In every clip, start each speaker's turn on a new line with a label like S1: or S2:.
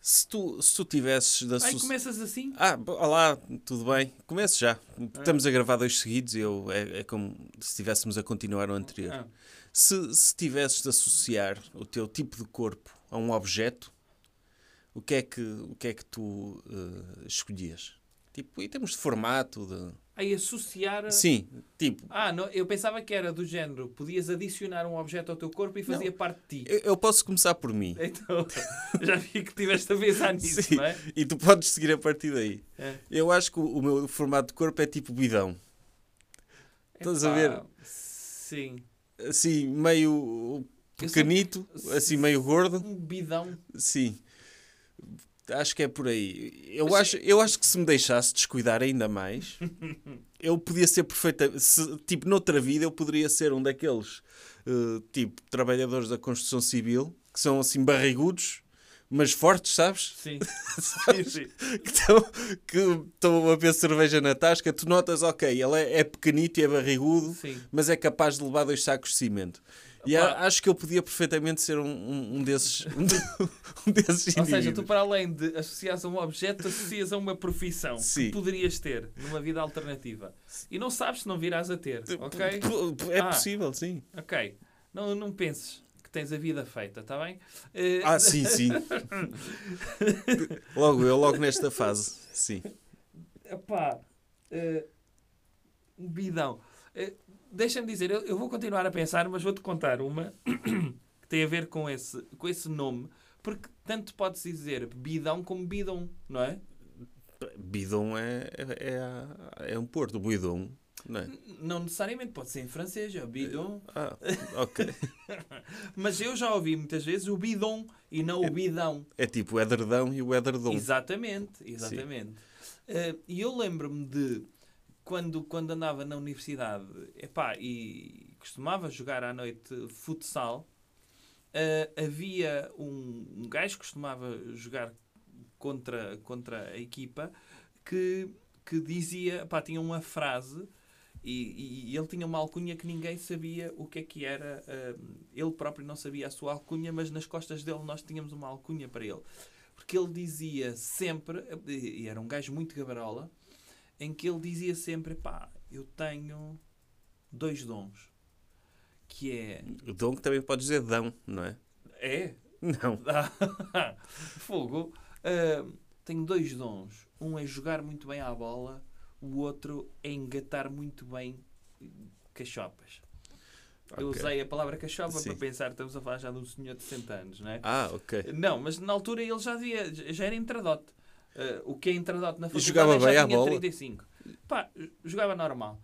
S1: se, tu, se tu tivesses da
S2: Ai,
S1: soci-
S2: começas assim?
S1: Ah, bo- olá, tudo bem? Começo já. Estamos a gravar dois seguidos e eu, é, é como se estivéssemos a continuar o anterior.
S2: Ah.
S1: Se, se tivesses de associar o teu tipo de corpo a um objeto, o que é que, o que, é que tu eh, escolhias? Tipo, em termos de formato, de...
S2: Aí associar. a-
S1: Sim, tipo,
S2: Ah, não, eu pensava que era do género. Podias adicionar um objeto ao teu corpo e fazia parte de ti.
S1: eu, eu posso começar por mim.
S2: Então, já vi que tiveste a pensar nisso,
S1: Sim,
S2: não é?
S1: E tu podes seguir a partir daí.
S2: É.
S1: Eu acho que o, o meu formato de corpo é tipo bidão. Estás a ver?
S2: Epá, Sim.
S1: Assim, meio
S2: Eu sou-
S1: pequenito, assim, meio gordo.
S2: Um bidão.
S1: Sim. Acho que é por aí. Eu, acho, eu acho que se me deixasse descuidar ainda mais, eu podia ser perfeita. se- tipo, noutra vida, eu poderia ser um daqueles eh, tipo trabalhadores da construção civil que são assim barrigudos, mas fortes, sabes?
S2: Sim. sim, sim.
S1: Que estão Então, que estão a beber cerveja na tasca. Tu notas, ok, ele é, é pequenito e é barrigudo,
S2: Sim.
S1: mas é capaz de levar dois sacos de cimento. E
S2: Opa.
S1: a- acho que eu podia perfeitamente ser um, um, um desses. Um, de- um desses
S2: Ou seja,
S1: indivíduos.
S2: tu para além de associares a um objeto, associas a uma profissão
S1: Sim.
S2: que poderias ter numa vida alternativa. E não sabes se não virás a ter, ok?
S1: P- p- É
S2: Ah.
S1: possível, sim.
S2: Ok. Não, não penses que tens a vida feita, está bem? Eh,
S1: Ah, sim, sim. logo eu, logo nesta fase. Sim.
S2: Epá, eh, um bidão. Eh, Deixa-me dizer, eu, eu vou continuar a pensar, mas vou-te contar uma que tem a ver com esse, com esse nome, porque tanto podes dizer bidão como bidão, não é?
S1: Bidon é, é, é a- é um porto, Bidon. Não é?
S2: Não necessariamente, pode ser em francês, é bidon.
S1: Ah, ok.
S2: Mas eu já ouvi muitas vezes o bidon e não o bidão.
S1: É tipo o Edredão e o Edredom.
S2: Exatamente, exatamente. Eh, E eu lembro-me de quando, quando andava na universidade epá, e costumava jogar à noite futsal, eh, havia um, um gajo que costumava jogar contra, contra a equipa que, que dizia, epá, tinha uma frase e, e- e ele tinha uma alcunha que ninguém sabia o que é que era. eh, ele próprio não sabia a sua alcunha, mas nas costas dele nós tínhamos uma alcunha para ele. Porque ele dizia sempre, e e era um gajo muito gabarola, em que ele dizia sempre: pá, eu tenho dois dons. Que é.
S1: O Dom que também pode dizer Dão, não é?
S2: É?
S1: Não.
S2: Ah, Fogo. Ah, tenho dois dons. Um é jogar muito bem à bola, o outro é engatar muito bem cachopas. Eu
S1: Ok.
S2: usei a palavra cachopa
S1: Sim.
S2: para pensar, estamos a falar já de um senhor de 60 anos, não é?
S1: Ah, ok.
S2: Não, mas na altura ele já devia, já era intradote. Ah, o que é intradote na faculdade
S1: jogava
S2: ele já
S1: bem à
S2: tinha
S1: bola?
S2: 35. Pá, jogava normal.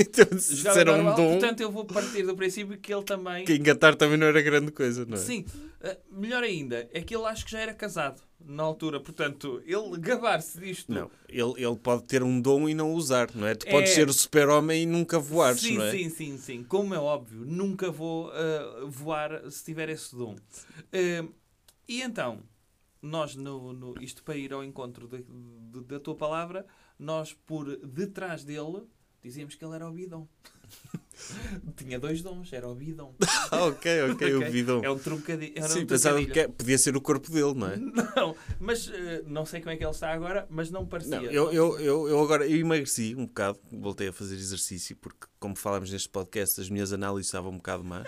S1: Então, se
S2: Jogava
S1: disseram um
S2: normal,
S1: Dom,
S2: portanto eu vou partir do princípio que ele também...
S1: que engatar também não era grande coisa, não é?
S2: Sim, ah, melhor ainda, é que ele acho que já era casado na altura, portanto, ele gabar-se disto.
S1: Não, ele, ele pode ter um dom e não usar, não é? Tu
S2: É.
S1: podes ser o super-homem e nunca voares,
S2: sim,
S1: não é?
S2: sim, sim, sim. Como é óbvio, nunca vou ah, voar se tiver esse dom. Ah, e então, nós, no, no- isto para ir ao encontro da- de- da tua palavra, nós por detrás dele dizíamos que ele era o bidão. Tinha dois dons, era o bidão.
S1: Ah, ok, ok,
S2: Ok?
S1: o bidão.
S2: É um truncadilho. era um
S1: Sim, pensava
S2: trocadilho.
S1: que é- podia ser o corpo dele, não é?
S2: Não, mas eh, não sei como é que ele está agora, mas não parecia.
S1: Não, eu, eu, eu, eu agora eu emagreci um bocado, voltei a fazer exercício, porque, como falámos neste podcast, as minhas análises estavam um bocado más.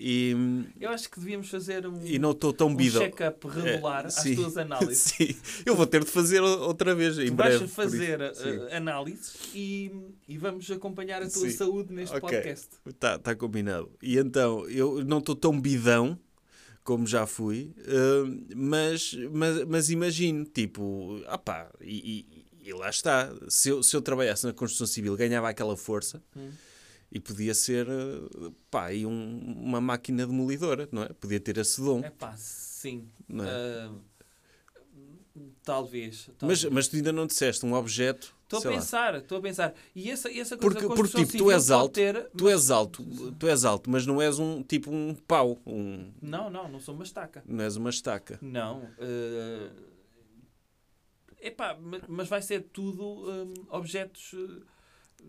S1: E,
S2: Eu acho que devíamos fazer um,
S1: e não estou tão
S2: um
S1: bidão.
S2: check-up regular
S1: É,
S2: às
S1: sim,
S2: tuas análises.
S1: Sim, eu vou ter de fazer outra vez, em
S2: Tu
S1: breve.
S2: vais
S1: por isso.
S2: fazer
S1: Sim.
S2: eh, análises e, e vamos acompanhar a tua
S1: Sim.
S2: saúde neste
S1: Ok.
S2: podcast.
S1: Está tá combinado. E então, eu não estou tão bidão como já fui, hum, mas, mas, mas imagino, tipo, ah pá, e, e- e lá está. Se eu, se eu trabalhasse na construção civil, ganhava aquela força
S2: Hum.
S1: e podia ser, eh, pá, e um- uma máquina demolidora, Hum? não é? Podia ter esse dom.
S2: É pá, sim.
S1: Não é?
S2: Ah, Talvez.
S1: Mas,
S2: talvez.
S1: mas tu ainda não disseste um objeto.
S2: Estou a
S1: sei lá.
S2: pensar, estou a pensar. E essa, e essa coisa
S1: Porque,
S2: da
S1: porque
S2: construção
S1: tipo,
S2: civil
S1: tu és
S2: pode
S1: alto,
S2: ter-
S1: tu és alto, tu és alto, mas não és um tipo um pau, um,
S2: Não, não, não sou uma estaca.
S1: não és uma estaca.
S2: Não. eh, Epá, ma- mas vai ser tudo hum, objetos eh,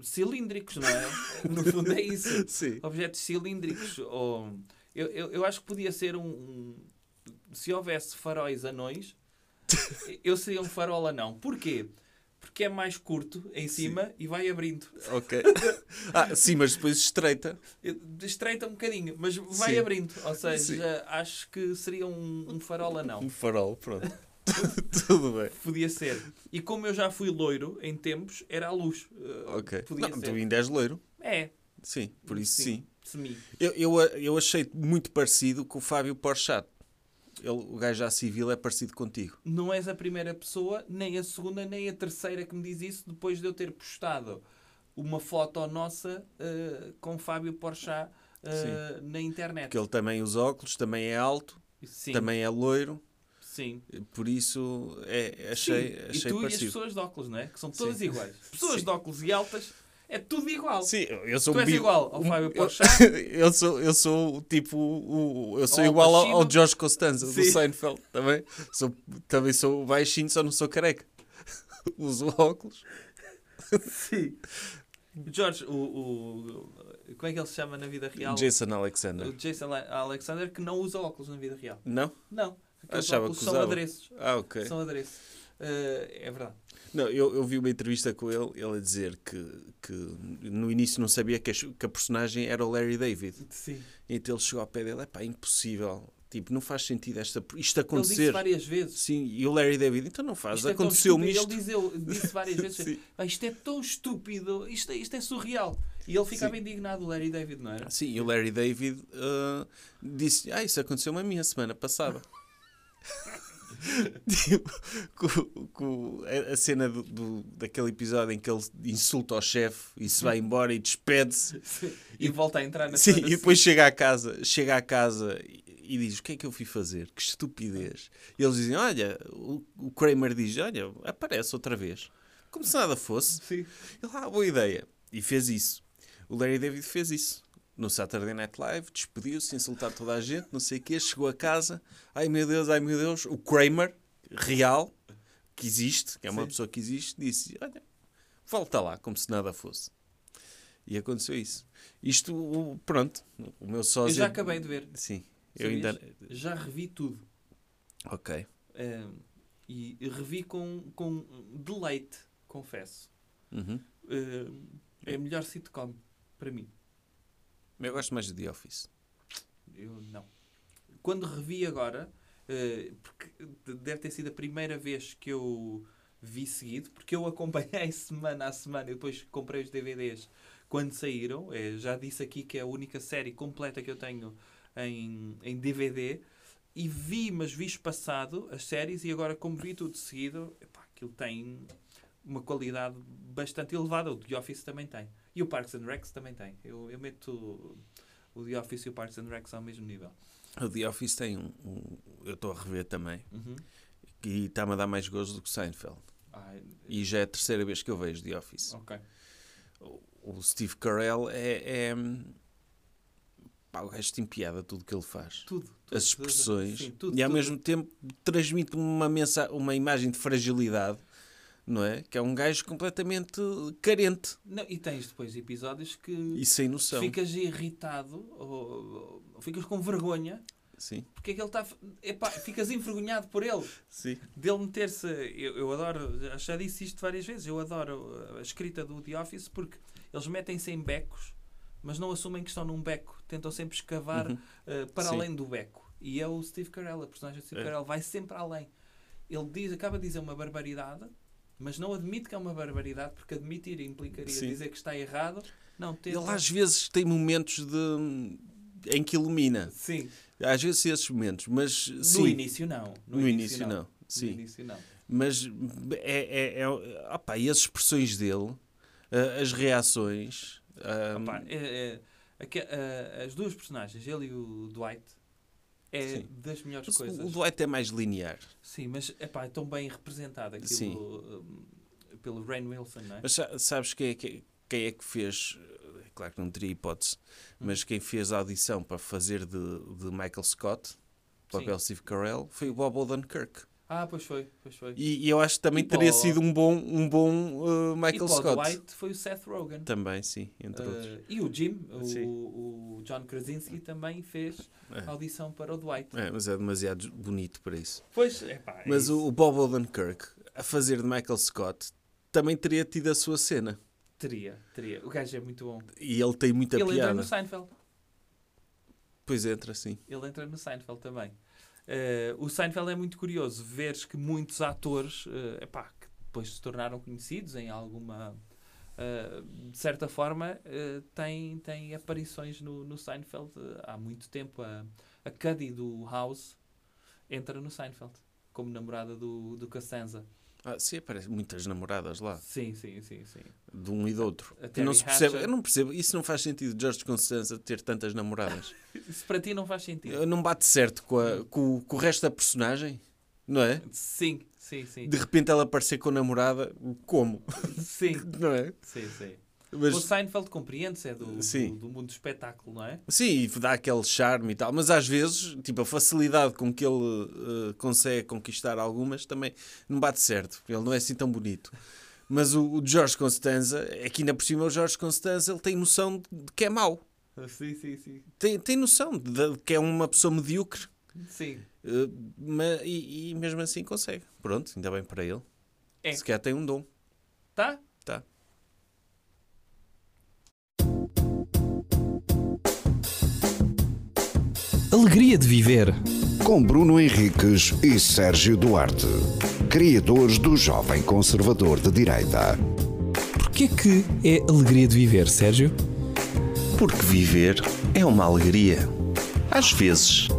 S2: cilíndricos, não é? No fundo é isso.
S1: Sim.
S2: Objetos cilíndricos. Ou... Eu, eu, eu acho que podia ser um, um- Se houvesse faróis anões, eu seria um farol anão. Porquê? Porque é mais curto em cima e vai abrindo.
S1: Ok. Ah, sim, mas depois estreita.
S2: Estreita um bocadinho, mas vai
S1: Sim.
S2: abrindo. Ou seja,
S1: Sim.
S2: acho que seria um, um farol anão.
S1: Um farol, pronto. Tudo bem.
S2: Podia ser. E como eu já fui loiro em tempos, era a luz. Uh,
S1: Ok.
S2: Podia
S1: não, tu
S2: ser.
S1: ainda és loiro.
S2: É.
S1: Sim, por isso sim.
S2: Semi.
S1: Eu, eu, a- eu achei muito parecido com o Fábio Porchat. Ele, o gajo à civil é parecido contigo.
S2: Não és a primeira pessoa, nem a segunda, nem a terceira que me diz isso depois de eu ter postado uma foto nossa uh, com Fábio Porchat uh, na internet.
S1: Porque ele também usa óculos, também é alto,
S2: Sim,
S1: também é loiro.
S2: sim.
S1: Por isso, é, achei,
S2: Sim.
S1: achei
S2: e tu e as
S1: parecido.
S2: pessoas de óculos, não é? Que são todas
S1: Sim.
S2: iguais. Pessoas
S1: Sim.
S2: de óculos e altas, é tudo igual.
S1: Sim, eu sou
S2: Tu
S1: um
S2: és
S1: bi-
S2: igual ao
S1: um-
S2: Fábio
S1: eu-
S2: Porchat?
S1: Eu sou, eu sou tipo. O, eu sou
S2: Ao Al
S1: igual ao,
S2: Pacino?
S1: ao George Costanza do
S2: Oh, Sim.
S1: Seinfeld. Também sou, também sou baixinho, só não sou careca. Uso óculos.
S2: Sim. Jorge, o, o- Como é que ele se chama na vida real?
S1: Jason né? Alexander.
S2: O Jason Ale- Alexander que não usa óculos na vida real.
S1: Não?
S2: Não. Aqueles
S1: Achava
S2: óculos
S1: que
S2: são
S1: usava.
S2: adereços.
S1: Ah, ok.
S2: São adereços. Eh, é verdade.
S1: Não, eu, eu vi uma entrevista com ele, ele a dizer que, que no início não sabia que a, que a personagem era o Larry David.
S2: Sim.
S1: Então ele chegou ao pé dele, é pá, impossível. Tipo, não faz sentido esta, isto
S2: Ele disse
S1: acontecer.
S2: várias vezes.
S1: Sim, e o Larry David, então não faz,
S2: Isto é tão
S1: aconteceu-me
S2: estúpido.
S1: isto.
S2: Ele disse, disse várias vezes:
S1: Sim.
S2: "Ah, Isto é tão estúpido, isto, é- isto é surreal. E ele ficava indignado, o Larry David, não era?
S1: Sim, e o Larry David ah, disse: Ah, isso aconteceu-me a mim a semana passada. tipo, co- co- a a cena do, do- daquele episódio em que ele insulta ao chefe e se vai embora e despede-se.
S2: E, volta a entrar na
S1: Sim,
S2: semana
S1: e depois chega à casa, chega à casa e, e diz: O que é que eu fui fazer? Que estupidez. E eles dizem: Olha, o, o Kramer diz: Olha, aparece outra vez. Como se nada fosse.
S2: seguinte. Sim.
S1: Ele, ah, boa ideia. E fez isso. O Larry David fez isso. No Saturday Night Live, despediu-se, insultar toda a gente, não sei o quê, chegou a casa. Ai meu Deus, ai meu Deus. O Kramer, real, que existe, que é uma pessoa que existe, disse: Olha, volta lá, como se nada fosse. E aconteceu isso. Isto, o- pronto, o meu
S2: Eu
S1: sócio.
S2: já acabei de ver.
S1: Sim, eu
S2: Sabias?
S1: ainda.
S2: Já revi tudo.
S1: Ok.
S2: Eh, e e revi com, com deleite, confesso.
S1: Uhum.
S2: Eh, é a melhor sitcom para mim.
S1: Eu gosto mais do The Office.
S2: Eu não. Quando revi agora, eh, porque de- deve ter sido a primeira vez que eu vi seguido, porque eu acompanhei semana a semana e depois comprei os DVDs quando saíram. Eh, já disse aqui que é a única série completa que eu tenho em, em DVD. E vi, mas vi espaçado as séries e agora como vi tudo de seguido, epá, aquilo tem uma qualidade bastante elevada. O The Office também tem. E o Parks and Recs também tem. Eu, eu meto o The Office e o Parks and Recs ao mesmo nível.
S1: O The Office tem um. um- eu estou a rever também.
S2: Uhum.
S1: E está-me a dar mais gozo do que Seinfeld.
S2: Ai,
S1: E já é a terceira vez que eu vejo The Office.
S2: Ah, ok.
S1: O Steve Carell é. é pá, o gajo tem piada tudo o que ele faz.
S2: Tudo. tudo,
S1: As
S2: tudo.
S1: expressões.
S2: Sim, tudo,
S1: e ao
S2: tudo.
S1: mesmo tempo transmite uma, mensa, uma imagem de fragilidade, não é? Que é um gajo completamente carente
S2: Não, e tens depois episódios que
S1: e sem noção.
S2: ficas irritado ou, ou ficas com vergonha
S1: Sim,
S2: porque é que ele está. Epá, ficas envergonhado por ele.
S1: sim.
S2: Dele meter-se. Eu, eu adoro. Já disse isto várias vezes. Eu adoro a escrita do The Office porque eles metem-se em becos, mas não assumem que estão num beco. Tentam sempre escavar eh, para
S1: Uhum. Sim.
S2: além do beco. E é o Steve Carell, a personagem do Steve
S1: É.
S2: Carell, vai sempre além. Ele diz, acaba de dizer uma barbaridade, mas não admite que é uma barbaridade, porque admitir implicaria
S1: Sim.
S2: dizer que está errado. Não, tenta...
S1: Ele às vezes tem momentos de. em que ilumina.
S2: Sim,
S1: Às vezes esses momentos, mas sim,
S2: no início não.
S1: no início não.
S2: No
S1: Sim.
S2: início não.
S1: Mas é, é, é opá, e as expressões dele, ah, as reações. ah,
S2: Opa, é- é- aque- eh, as duas personagens, ele e o Dwight, é
S1: Sim.
S2: das melhores
S1: Mas
S2: coisas.
S1: O dueto é mais linear.
S2: Sim, mas epá, é tão bem representado aquilo
S1: Sim.
S2: hum, pelo Rain Wilson, não é?
S1: Mas sa- sabes quem é, que- quem é que fez? eh, Claro que não teria hipótese,
S2: Hum.
S1: mas quem fez a audição para fazer de, de Michael Scott, papel Steve Carell, foi o Bob Odenkirk.
S2: Ah, pois foi, pois foi.
S1: E, e eu acho que também
S2: E
S1: teria
S2: para o-
S1: sido um bom, um bom eh, Michael
S2: e para o
S1: Scott.
S2: Dwight foi o Seth Rogen.
S1: Também, sim, entre
S2: Eh,
S1: outros.
S2: e o Jim,
S1: Sim. Ah.
S2: o, o John Krasinski também fez
S1: É.
S2: audição para o Dwight.
S1: É, mas é demasiado bonito para isso.
S2: Pois, epá, é
S1: mas
S2: isso.
S1: o, o Bob Odenkirk, a fazer de Michael Scott, também teria tido a sua cena.
S2: Teria, teria. O gajo é muito bom.
S1: E ele tem muita
S2: Ele entra
S1: piada.
S2: no Seinfeld.
S1: Pois entra, sim.
S2: Ele entra no Seinfeld também. Eh, o Seinfeld é muito curioso. Veres que muitos atores eh, epá, que depois se tornaram conhecidos em alguma. eh, de certa forma, eh, têm, têm aparições no, no Seinfeld eh, há muito tempo. A, a Cuddy do House entra no Seinfeld como namorada do, do Cassanza.
S1: Ah, sim, aparecem muitas namoradas lá.
S2: Sim, sim, sim, sim.
S1: de um e do outro.
S2: A
S1: Que não
S2: Terry
S1: se percebe,
S2: Hatcher.
S1: eu não percebo, isso não faz sentido Jorge Constanza ter tantas namoradas.
S2: Isso para ti não faz sentido.
S1: Eh, não bate certo com, a- com o- com o resto da personagem, não é?
S2: Sim, sim, sim.
S1: De repente ela aparecer com a namorada, como?
S2: Sim,
S1: Não é?
S2: sim, sim. O
S1: Mas,
S2: Seinfeld compreende-se, é do,
S1: Sim.
S2: do, do mundo do espetáculo, não é?
S1: sim, e dá aquele charme e tal, mas às vezes, tipo, a facilidade com que ele eh, consegue conquistar algumas também não bate certo, ele não é assim tão bonito. Mas o, o Jorge Constanza, é que ainda por cima o Jorge Constanza, ele tem noção de, de que é mau.
S2: Sim, sim, sim.
S1: Tem, tem noção de, de que é uma pessoa medíocre.
S2: Sim.
S1: Uh, ma- e, e mesmo assim consegue. Pronto, ainda bem para ele.
S2: É.
S1: Se calhar tem um dom.
S2: Tá?
S1: Tá.
S3: Alegria de viver.
S4: Com Bruno Henriques e Sérgio Duarte, criadores do Jovem Conservador de Direita.
S3: Porquê que é alegria de viver, Sérgio?
S5: Porque viver é uma alegria. Às vezes.